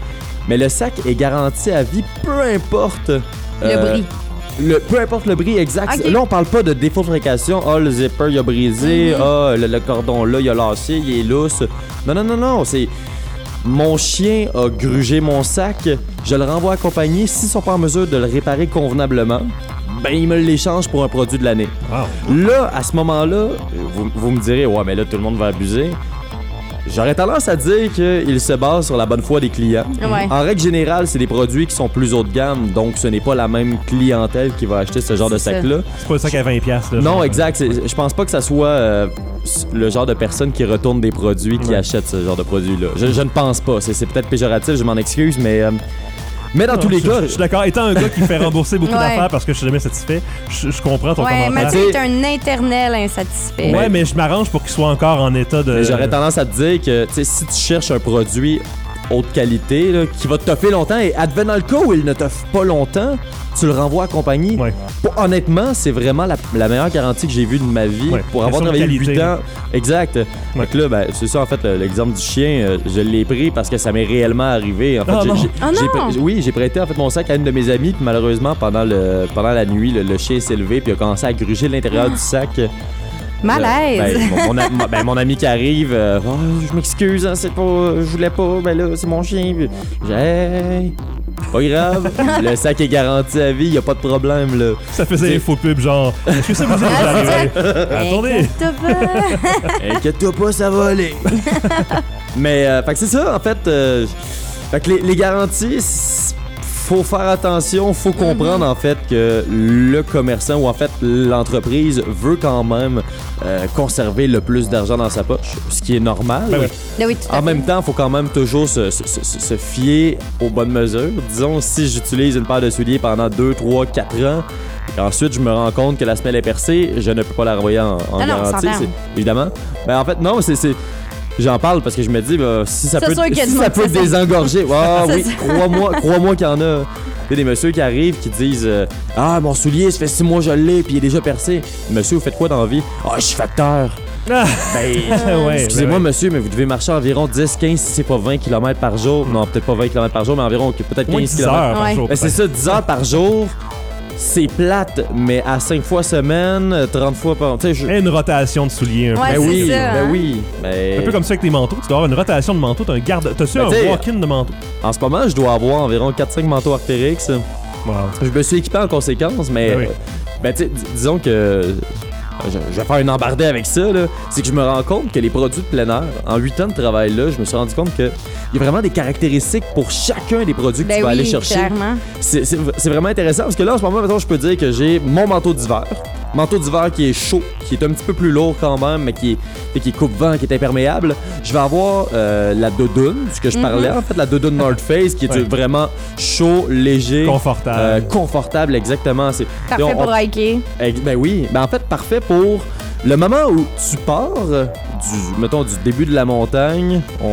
[SPEAKER 2] mais le sac est garanti à vie peu importe
[SPEAKER 3] Le
[SPEAKER 2] euh,
[SPEAKER 3] bris.
[SPEAKER 2] le- peu importe le bris exact.
[SPEAKER 3] Ok.
[SPEAKER 2] Là, on parle pas de défaut de fabrication. Ah, le zipper, il a brisé.
[SPEAKER 3] Mhm.
[SPEAKER 2] Ah, le, le cordon là, il a lâché, il est lousse. Non, non, non, non. C'est. Mon chien a grugé mon sac. Je le renvoie à la compagnie. S'ils sont pas en mesure de le réparer convenablement, ben, ils me l'échangent pour un produit de l'année.
[SPEAKER 1] Wow.
[SPEAKER 2] Là, à ce moment-là, vous, vous me direz, ouais, mais là, tout le monde va abuser. J'aurais tendance à dire qu'il se base sur la bonne foi des clients.
[SPEAKER 3] Ouais.
[SPEAKER 2] En règle générale, c'est des produits qui sont plus haut de gamme, donc ce n'est pas la même clientèle qui va acheter ce genre de
[SPEAKER 3] C'est ça.
[SPEAKER 2] sac-là.
[SPEAKER 1] C'est pas un sac à 20$. piastres, Là,
[SPEAKER 2] Non, exact. c'est- Je pense pas que ça soit euh, le genre de personne qui retourne des produits, qui
[SPEAKER 1] Ouais.
[SPEAKER 2] achète ce genre de produits-là. Je, je ne pense pas. C'est c'est peut-être péjoratif, je m'en excuse, mais. euh, mais dans
[SPEAKER 1] Non,
[SPEAKER 2] tous les
[SPEAKER 1] je-
[SPEAKER 2] cas,
[SPEAKER 1] Je je suis d'accord. Étant un gars qui fait rembourser beaucoup
[SPEAKER 3] Ouais.
[SPEAKER 1] d'affaires parce que je suis jamais satisfait, je, je comprends ton
[SPEAKER 3] Ouais,
[SPEAKER 1] commentaire.
[SPEAKER 3] Mathieu est
[SPEAKER 2] T'sais-
[SPEAKER 3] un éternel insatisfait.
[SPEAKER 1] Ouais, mais je m'arrange pour qu'il soit encore en état de.
[SPEAKER 2] Mais J'aurais tendance à te dire que tu sais, si tu cherches un produit haute qualité là, qui va te toffer longtemps et advenant le cas où il ne t'offre pas longtemps, tu le renvoies à la compagnie.
[SPEAKER 1] Ouais.
[SPEAKER 2] Pour- honnêtement, c'est vraiment la, la meilleure garantie que j'ai vue de ma vie
[SPEAKER 1] Ouais.
[SPEAKER 2] pour avoir
[SPEAKER 1] Question de
[SPEAKER 2] travaillé 8
[SPEAKER 1] qualité,
[SPEAKER 2] ans. Exact. Donc là, ben, c'est ça en fait le- l'exemple du chien. euh, Je l'ai pris parce que ça m'est réellement arrivé. En fait,
[SPEAKER 1] Ah,
[SPEAKER 2] j'ai-
[SPEAKER 1] non.
[SPEAKER 2] j'ai-
[SPEAKER 3] Ah, non.
[SPEAKER 2] j'ai pr- oui, j'ai prêté en fait mon sac à une de mes amies. Puis malheureusement, pendant, le, pendant la nuit, le, le chien s'est levé puis a commencé à gruger l'intérieur du sac.
[SPEAKER 3] Ah! Malaise.
[SPEAKER 2] Ben,
[SPEAKER 3] [laughs]
[SPEAKER 2] mon, mon a- mon- ben, mon ami qui arrive, euh, Oh, je m'excuse, hein, c'est pas, je voulais pas, ben là, c'est mon chien. Puis, j'ai, Hey, pas
[SPEAKER 3] [laughs]
[SPEAKER 2] grave, le sac est garanti à vie, y a pas de problème là.
[SPEAKER 1] Ça faisait des faux pubs genre. Est-ce que ça vous est
[SPEAKER 3] Ah,
[SPEAKER 1] arrivé?
[SPEAKER 3] c'est ça.
[SPEAKER 1] Attendez.
[SPEAKER 3] Incontournable.
[SPEAKER 2] Inquiète-toi pas, ça va aller.
[SPEAKER 1] [laughs]
[SPEAKER 2] Mais, euh, fait que c'est ça, en fait. euh, fait que les, les garanties, s- faut faire attention, faut comprendre,
[SPEAKER 1] Mhm.
[SPEAKER 2] en fait, que le commerçant ou, en fait, l'entreprise veut quand même euh, conserver le plus d'argent dans sa poche, ce qui est normal.
[SPEAKER 1] Ben oui.
[SPEAKER 3] Ben oui, tout à
[SPEAKER 2] En
[SPEAKER 3] fait.
[SPEAKER 2] même temps, il faut quand même toujours se, se- se- se fier aux bonnes mesures. Disons, si j'utilise une paire de souliers pendant 2, 3, 4 ans, et ensuite je me rends compte que la semelle est percée, je ne peux pas la renvoyer en, en
[SPEAKER 3] Ah non,
[SPEAKER 2] garantie,
[SPEAKER 3] sans
[SPEAKER 2] c'est-
[SPEAKER 3] terme.
[SPEAKER 2] évidemment. Ben, en fait, non, c'est... c'est- J'en parle parce que je me dis, ben, si ça
[SPEAKER 3] C'est
[SPEAKER 2] peut,
[SPEAKER 3] sûr qu'il y a
[SPEAKER 2] si
[SPEAKER 3] du
[SPEAKER 2] ça
[SPEAKER 3] monde
[SPEAKER 2] peut
[SPEAKER 3] qui fait ça.
[SPEAKER 2] désengorger. Ah
[SPEAKER 3] [laughs] C'est
[SPEAKER 2] oui,
[SPEAKER 3] ça.
[SPEAKER 2] crois-moi crois qu'il y en a. Il y a des messieurs qui arrivent qui disent euh, Ah, mon soulier, ça fait 6 mois que je l'ai, puis il est déjà percé. Monsieur, vous faites quoi dans la vie Ah, je suis facteur.
[SPEAKER 1] Ah,
[SPEAKER 3] [laughs]
[SPEAKER 2] Ben,
[SPEAKER 3] Euh,
[SPEAKER 1] ouais,
[SPEAKER 2] Excusez-moi,
[SPEAKER 1] ben ouais.
[SPEAKER 2] monsieur, mais vous devez marcher environ 10, 15, si c'est pas 20 km par jour. Non, peut-être pas 20 km par jour, mais environ ok, peut-être
[SPEAKER 1] Moins de
[SPEAKER 2] 15
[SPEAKER 1] 10
[SPEAKER 2] km.
[SPEAKER 1] heures par
[SPEAKER 3] Ouais.
[SPEAKER 1] jour.
[SPEAKER 2] c'est ça, 10 heures par jour, c'est plate, mais à 5 fois semaine, 30 fois par. Tu sais, je.
[SPEAKER 1] Et une rotation de souliers un peu.
[SPEAKER 3] Ouais,
[SPEAKER 2] ben,
[SPEAKER 3] c'est
[SPEAKER 2] oui,
[SPEAKER 3] ça,
[SPEAKER 2] ben
[SPEAKER 3] hein.
[SPEAKER 2] oui, ben
[SPEAKER 1] Un peu comme ça avec tes manteaux. Tu dois avoir une rotation de manteaux. T'as un garde. T'as-tu
[SPEAKER 2] Ben,
[SPEAKER 1] un
[SPEAKER 2] t'sais-
[SPEAKER 1] walk-in de manteaux?
[SPEAKER 2] En ce moment, je dois avoir environ 4-5 manteaux Artérix.
[SPEAKER 1] Wow.
[SPEAKER 2] Je me suis équipé en conséquence, mais.
[SPEAKER 1] Ben oui.
[SPEAKER 2] ben, tu sais, dis- disons que. euh, Je, je vais faire une embardée avec ça, là. C'est que je me rends compte que les produits de plein air, en 8 ans de travail là, je me suis rendu compte que il y a vraiment des caractéristiques pour chacun des produits que
[SPEAKER 3] Ben
[SPEAKER 2] tu vas
[SPEAKER 3] oui,
[SPEAKER 2] aller chercher.
[SPEAKER 3] clairement.
[SPEAKER 2] C'est- C'est c'est vraiment intéressant parce que là, en ce moment, mettons, je peux dire que j'ai mon manteau d'hiver. Manteau d'hiver qui est chaud, qui est un petit peu plus lourd quand même, mais qui est, qui est coupe-vent, qui est imperméable. Je vais avoir euh, la doudoune, ce que
[SPEAKER 3] Mm-hmm.
[SPEAKER 2] je parlais, en fait, la doudoune North Face, qui est
[SPEAKER 1] Ouais.
[SPEAKER 2] du- vraiment chaud, léger, euh,
[SPEAKER 1] Confortable.
[SPEAKER 2] confortable, exactement. C'est-
[SPEAKER 3] Parfait
[SPEAKER 2] on-
[SPEAKER 3] pour hiker.
[SPEAKER 2] eh, Ben oui, ben en fait, parfait pour le moment où tu pars, euh, du, mettons, du début de la montagne, on,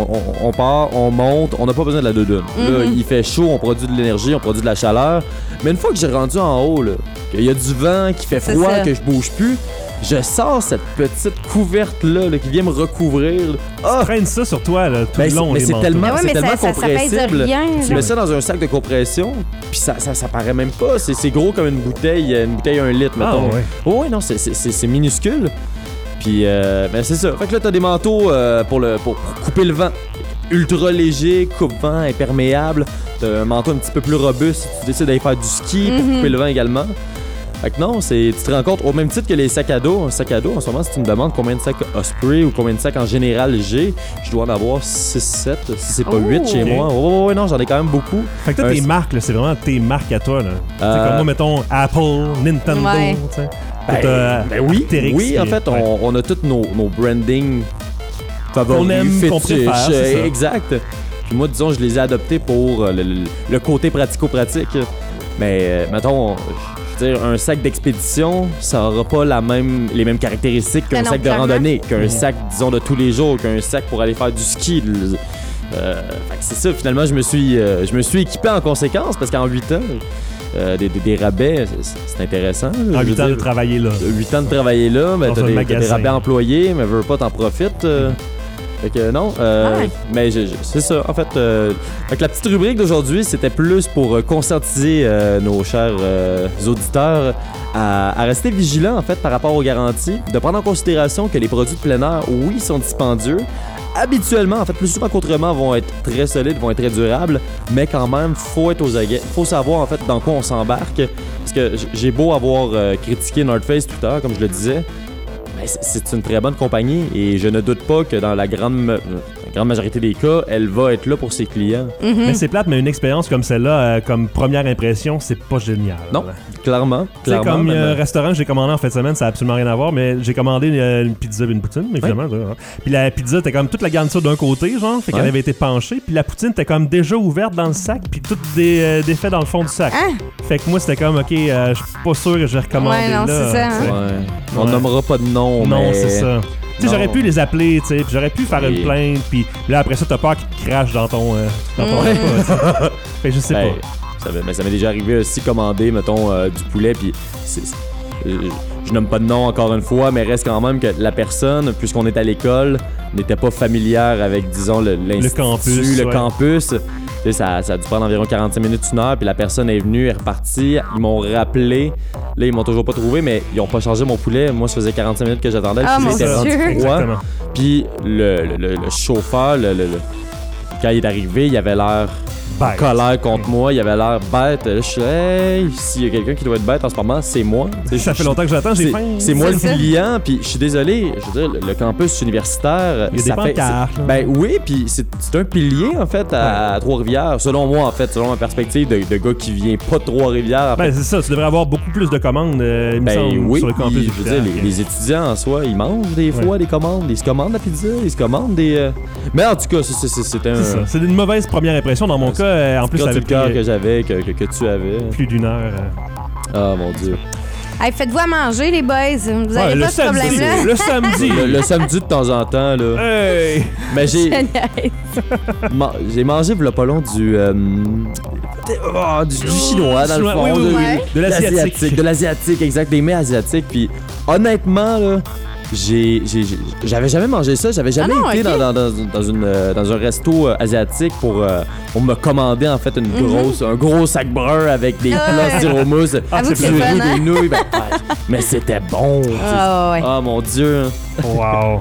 [SPEAKER 2] on- on part, on monte, on n'a pas besoin de la doudoune. Là,
[SPEAKER 3] Mhm.
[SPEAKER 2] il fait chaud, on produit de l'énergie, on produit de la chaleur. Mais une fois que j'ai rendu en haut, là, qu'il y a du vent, qu'il fait
[SPEAKER 3] C'est
[SPEAKER 2] froid,
[SPEAKER 3] ça.
[SPEAKER 2] que je bouge plus, je sors cette petite couverte-là là, qui vient me recouvrir. Ah!
[SPEAKER 1] Traîne ça sur toi, là, tout
[SPEAKER 2] Ben,
[SPEAKER 1] le
[SPEAKER 2] c'est-
[SPEAKER 1] long.
[SPEAKER 2] mais
[SPEAKER 1] les
[SPEAKER 2] c'est
[SPEAKER 1] manteaux.
[SPEAKER 2] tellement-
[SPEAKER 3] Ben oui,
[SPEAKER 2] c'est
[SPEAKER 3] mais ça,
[SPEAKER 2] tellement
[SPEAKER 3] ça, ça pèse
[SPEAKER 2] compressible.
[SPEAKER 3] rien.
[SPEAKER 2] Tu
[SPEAKER 3] là.
[SPEAKER 2] mets ça dans un sac de compression, puis ça, ça, ça paraît même pas. C'est c'est gros comme une bouteille, une bouteille à un litre,
[SPEAKER 1] Ah,
[SPEAKER 2] mettons.
[SPEAKER 1] ouais.
[SPEAKER 2] Oh ouais, non, c'est- c'est c'est- c'est minuscule. Puis, euh, ben c'est ça. Fait que là, t'as des manteaux euh, pour, le, pour couper le vent. Ultra léger, coupe-vent, imperméable. T'as un manteau un petit peu plus robuste si tu décides d'aller faire du ski pour
[SPEAKER 3] Mhm.
[SPEAKER 2] couper le vent également. Fait que non, c'est, tu te rends compte, au même titre que les sacs à dos, un sac à dos, en ce moment, si tu me demandes combien de sacs Osprey ou combien de sacs en général j'ai, je dois en avoir 6, 7, si c'est pas
[SPEAKER 3] Oh.
[SPEAKER 2] 8 chez
[SPEAKER 1] Ok.
[SPEAKER 2] moi. Oh, ouais, non, j'en ai quand même beaucoup.
[SPEAKER 1] Fait que toi,
[SPEAKER 2] Euh,
[SPEAKER 1] tes
[SPEAKER 2] c'est-
[SPEAKER 1] marques, là, c'est vraiment tes marques à toi. là. C'est
[SPEAKER 2] Euh,
[SPEAKER 1] comme moi, mettons, Apple, Nintendo.
[SPEAKER 3] Ouais.
[SPEAKER 1] tu sais.
[SPEAKER 2] Ben,
[SPEAKER 1] T'as, euh,
[SPEAKER 2] ben oui,
[SPEAKER 1] Arc'teryx,
[SPEAKER 2] oui, en
[SPEAKER 1] puis-
[SPEAKER 2] fait, on,
[SPEAKER 1] ouais.
[SPEAKER 2] on a tous nos, nos branding favoris,
[SPEAKER 1] Qu'on aime, qu'on
[SPEAKER 2] fétiches,
[SPEAKER 1] préfère, c'est
[SPEAKER 2] euh,
[SPEAKER 1] ça.
[SPEAKER 2] exact. Puis moi, disons, je les ai adoptés pour euh, le, le- le côté pratico-pratique. Mais euh, mettons, je veux dire, un sac d'expédition, ça aura pas la même, les mêmes caractéristiques qu'un
[SPEAKER 3] Ben non,
[SPEAKER 2] sac de
[SPEAKER 3] clairement.
[SPEAKER 2] randonnée, qu'un
[SPEAKER 1] Mhm.
[SPEAKER 2] sac, disons, de tous les jours, qu'un sac pour aller faire du ski. Le- euh, fait que c'est ça, finalement, je me suis, euh, je me suis équipé en conséquence parce qu'en 8 ans, euh, des, des- des rabais, c'est, c'est intéressant. là,
[SPEAKER 1] En
[SPEAKER 2] je veux
[SPEAKER 1] 8 ans de
[SPEAKER 2] dire.
[SPEAKER 1] travailler là.
[SPEAKER 2] 8 ans de travailler là, mais
[SPEAKER 1] Dans
[SPEAKER 2] t'as
[SPEAKER 1] un
[SPEAKER 2] des, t'as des
[SPEAKER 1] magasin.
[SPEAKER 2] rabais employés, mais veux pas, t'en profites. euh. Fait que non, euh,
[SPEAKER 3] Ah ouais.
[SPEAKER 2] mais je- je- c'est ça. En fait, euh, fait que la petite rubrique d'aujourd'hui, c'était plus pour euh, conscientiser euh, nos chers euh, auditeurs à, à rester vigilants en fait par rapport aux garanties, de prendre en considération que les produits de plein air, oui, sont dispendieux. Habituellement, en fait, plus souvent qu'autrement, vont être très solides, vont être très durables, mais quand même, faut être aux aguets. Faut savoir, en fait, dans quoi on s'embarque. Parce que j- j'ai beau avoir euh, critiqué North Face tout à l'heure, comme je le disais, ben, c- c'est une très bonne compagnie et je ne doute pas que dans la grande, me- euh, grande majorité des cas, elle va être là pour ses clients.
[SPEAKER 1] Mais c'est plate, mais une expérience comme celle-là, euh, comme première impression, c'est pas génial.
[SPEAKER 2] Non, clairement.
[SPEAKER 1] Tu sais,
[SPEAKER 2] clairement
[SPEAKER 1] comme
[SPEAKER 2] même,
[SPEAKER 1] euh,
[SPEAKER 2] euh,
[SPEAKER 1] restaurant que j'ai commandé en fin de semaine, ça a absolument rien à voir, mais j'ai commandé euh, une pizza et une poutine, évidemment. ça, hein. Puis la pizza, t'as comme toute la garniture d'un côté, genre, fait qu'elle
[SPEAKER 2] Ouais.
[SPEAKER 1] avait été penchée, puis la poutine, t'es comme déjà ouverte dans le sac, puis tout des, euh, défait dans le fond du sac.
[SPEAKER 3] Hein?
[SPEAKER 1] Fait que moi, c'était comme, ok, euh, je suis pas sûr que je vais recommander.
[SPEAKER 3] Ouais,
[SPEAKER 1] là,
[SPEAKER 3] non, c'est ça, hein.
[SPEAKER 1] tu sais.
[SPEAKER 2] ouais. On
[SPEAKER 1] Ouais.
[SPEAKER 2] nommera pas de nom,
[SPEAKER 1] Non,
[SPEAKER 2] mais-
[SPEAKER 1] c'est ça. Tu sais,
[SPEAKER 2] Non.
[SPEAKER 1] j'aurais pu les appeler, tu sais, puis j'aurais pu faire
[SPEAKER 2] Oui.
[SPEAKER 1] une plainte, puis là, après ça, t'as peur qu'ils te crachent dans ton. euh, dans ton
[SPEAKER 3] Mm.
[SPEAKER 1] repas, tu sais. fait que je sais
[SPEAKER 2] Ben,
[SPEAKER 1] pas.
[SPEAKER 2] ça m'est- mais ça m'est déjà arrivé aussi commander, mettons, euh, du poulet, puis c'est- c'est- euh, je nomme pas de nom encore une fois, mais reste quand même que la personne, puisqu'on est à l'école, n'était pas familière avec, disons, le, l'institut,
[SPEAKER 1] campus,
[SPEAKER 2] le
[SPEAKER 1] ouais.
[SPEAKER 2] campus. Tu sais, Ça, ça a dû prendre environ 45 minutes, une heure, puis la personne est venue, est repartie, ils m'ont rappelé. Là, ils m'ont toujours pas trouvé, mais ils ont pas changé mon poulet. Moi, ça faisait 45 minutes que j'attendais.
[SPEAKER 3] Ah,
[SPEAKER 2] puis
[SPEAKER 3] mon
[SPEAKER 2] j'étais rendu
[SPEAKER 3] Dieu.
[SPEAKER 2] froid.
[SPEAKER 1] Exactement.
[SPEAKER 2] Puis le, le- le- le chauffeur, le- le- le- quand il est arrivé, il avait l'air
[SPEAKER 1] Bye.
[SPEAKER 2] colère contre moi, il avait l'air bête. Là, je suis hey, s'il y a quelqu'un qui doit être bête en ce moment, c'est moi. Tu sais,
[SPEAKER 1] Ça
[SPEAKER 2] je-
[SPEAKER 1] fait longtemps que j'attends, j'ai
[SPEAKER 2] c'est,
[SPEAKER 1] faim.
[SPEAKER 2] c'est moi le
[SPEAKER 3] C'est ça.
[SPEAKER 2] client, puis je suis désolé. Je veux dire, le- le campus universitaire,
[SPEAKER 1] Il y a des
[SPEAKER 2] ça fait.
[SPEAKER 1] pancartes,
[SPEAKER 2] c'est-
[SPEAKER 1] là.
[SPEAKER 2] ben oui, puis c'est, c'est un pilier en fait à, à Trois-Rivières, selon moi en fait, selon ma perspective de, de gars qui vient pas de Trois-Rivières. en
[SPEAKER 1] Ben,
[SPEAKER 2] fait.
[SPEAKER 1] c'est ça, tu devrais avoir beaucoup plus de commandes, euh, il me
[SPEAKER 2] Ben
[SPEAKER 1] semble,
[SPEAKER 2] oui,
[SPEAKER 1] sur le
[SPEAKER 2] puis,
[SPEAKER 1] campus.
[SPEAKER 2] je veux dire, les, les étudiants en soi, ils mangent des fois
[SPEAKER 1] Ouais.
[SPEAKER 2] des commandes, ils se commandent la pizza, ils se commandent des. euh, Mais en tout cas, c'est, c'est, c'est, c'est un.
[SPEAKER 1] C'est ça. C'est une mauvaise première impression. Dans mon
[SPEAKER 2] C'est-
[SPEAKER 1] cas, euh, en plus, ça
[SPEAKER 2] Quand
[SPEAKER 1] avait
[SPEAKER 2] tu le cœur
[SPEAKER 1] pris,
[SPEAKER 2] que
[SPEAKER 1] euh,
[SPEAKER 2] j'avais, que, que, que tu avais.
[SPEAKER 1] plus d'une heure. euh.
[SPEAKER 2] Ah mon dieu.
[SPEAKER 3] Hey, faites-vous à manger, les boys. Vous
[SPEAKER 1] Ouais,
[SPEAKER 3] avez
[SPEAKER 1] le,
[SPEAKER 3] pas ce
[SPEAKER 1] samedi,
[SPEAKER 3] problème-là? [laughs]
[SPEAKER 1] le
[SPEAKER 2] [laughs]
[SPEAKER 1] samedi.
[SPEAKER 2] Le, le samedi de temps en temps, là.
[SPEAKER 1] Hey!
[SPEAKER 2] Mais j'ai,
[SPEAKER 3] Génial.
[SPEAKER 2] man- j'ai mangé v'là pas long du, euh, oh, du, du chinois, dans le
[SPEAKER 1] Chinois,
[SPEAKER 2] fond.
[SPEAKER 1] oui, oui,
[SPEAKER 2] de,
[SPEAKER 1] oui.
[SPEAKER 3] Ouais.
[SPEAKER 1] De l'asiatique.
[SPEAKER 2] De l'asiatique, exact. Des mets asiatiques. Puis honnêtement, là, j'ai, j'ai- j'ai- j'avais jamais mangé ça. J'avais jamais
[SPEAKER 3] Ah non,
[SPEAKER 2] été
[SPEAKER 3] ok.
[SPEAKER 2] dans, dans- dans- dans une, euh, dans un resto euh, asiatique pour, euh, pour me commander, en fait, une grosse, un gros sac brun avec des
[SPEAKER 3] Mm-hmm. Ah ouais.
[SPEAKER 2] plats styromousse,
[SPEAKER 3] Avoue
[SPEAKER 1] c'est
[SPEAKER 3] que c'est
[SPEAKER 2] du
[SPEAKER 3] fun,
[SPEAKER 2] riz, des
[SPEAKER 3] hein?
[SPEAKER 2] nouilles. ben, ouais. mais c'était bon. tu sais.
[SPEAKER 3] Ah ouais.
[SPEAKER 2] Ah, mon Dieu.
[SPEAKER 1] Wow.